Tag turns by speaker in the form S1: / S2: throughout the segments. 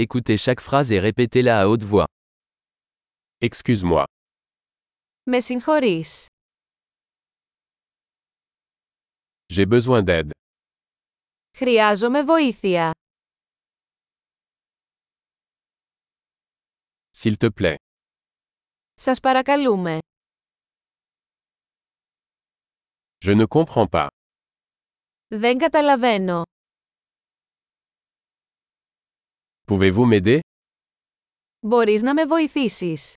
S1: Écoutez chaque phrase et répétez-la à haute voix.
S2: Excuse-moi.
S3: Με συγχωρείς.
S2: J'ai besoin d'aide.
S3: Χρειάζομαι βοήθεια.
S2: S'il te plaît.
S3: Σας παρακαλούμε.
S2: Je ne comprends pas.
S3: Δεν καταλαβαίνω.
S2: Pouvez-vous m'aider
S3: Μπορείς να με βοηθήσεις.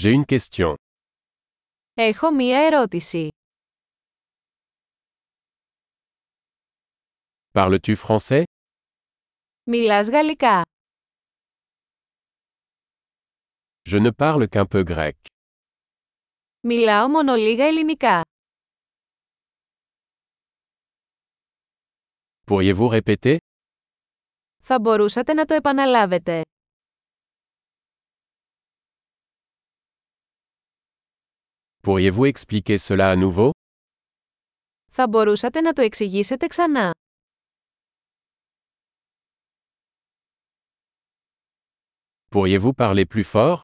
S2: J'ai une question.
S3: Έχω μία ερώτηση.
S2: Parles-tu français
S3: Μιλάς γαλλικά.
S2: Je ne parle qu'un peu grec.
S3: Μιλάω μόνο λίγα ελληνικά.
S2: Pourriez-vous répéter
S3: Θα μπορούσατε να το επαναλάβετε.
S2: Pourriez-vous expliquer cela à nouveau
S3: Θα μπορούσατε να το εξηγήσετε ξανά.
S2: Pourriez-vous parler plus fort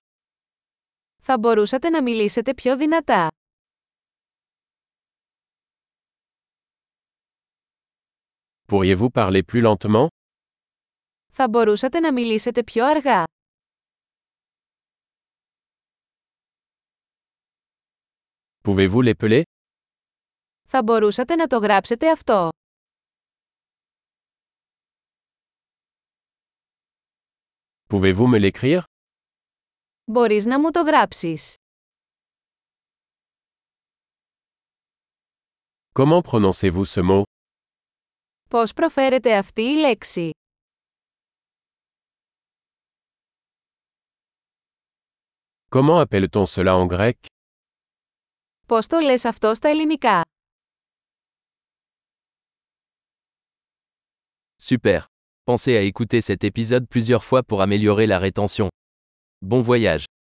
S3: Θα μπορούσατε να μιλήσετε πιο δυνατά.
S2: Pourriez-vous parler plus lentement
S3: Θα μπορούσατε να μιλήσετε πιο αργά.
S2: Pouvez-vous l'épeler
S3: Θα μπορούσατε να το γράψετε αυτό.
S2: Pouvez-vous me l'écrire
S3: Μπορείς να μου το γράψεις.
S2: Comment prononcez-vous ce mot
S3: Πώς προφέρεται αυτή η λέξη.
S2: Comment appelle-t-on cela en grec
S3: Πώς το λες αυτό στα ελληνικά.
S1: Super. Pensez à écouter cet épisode plusieurs fois pour améliorer la rétention. Bon voyage.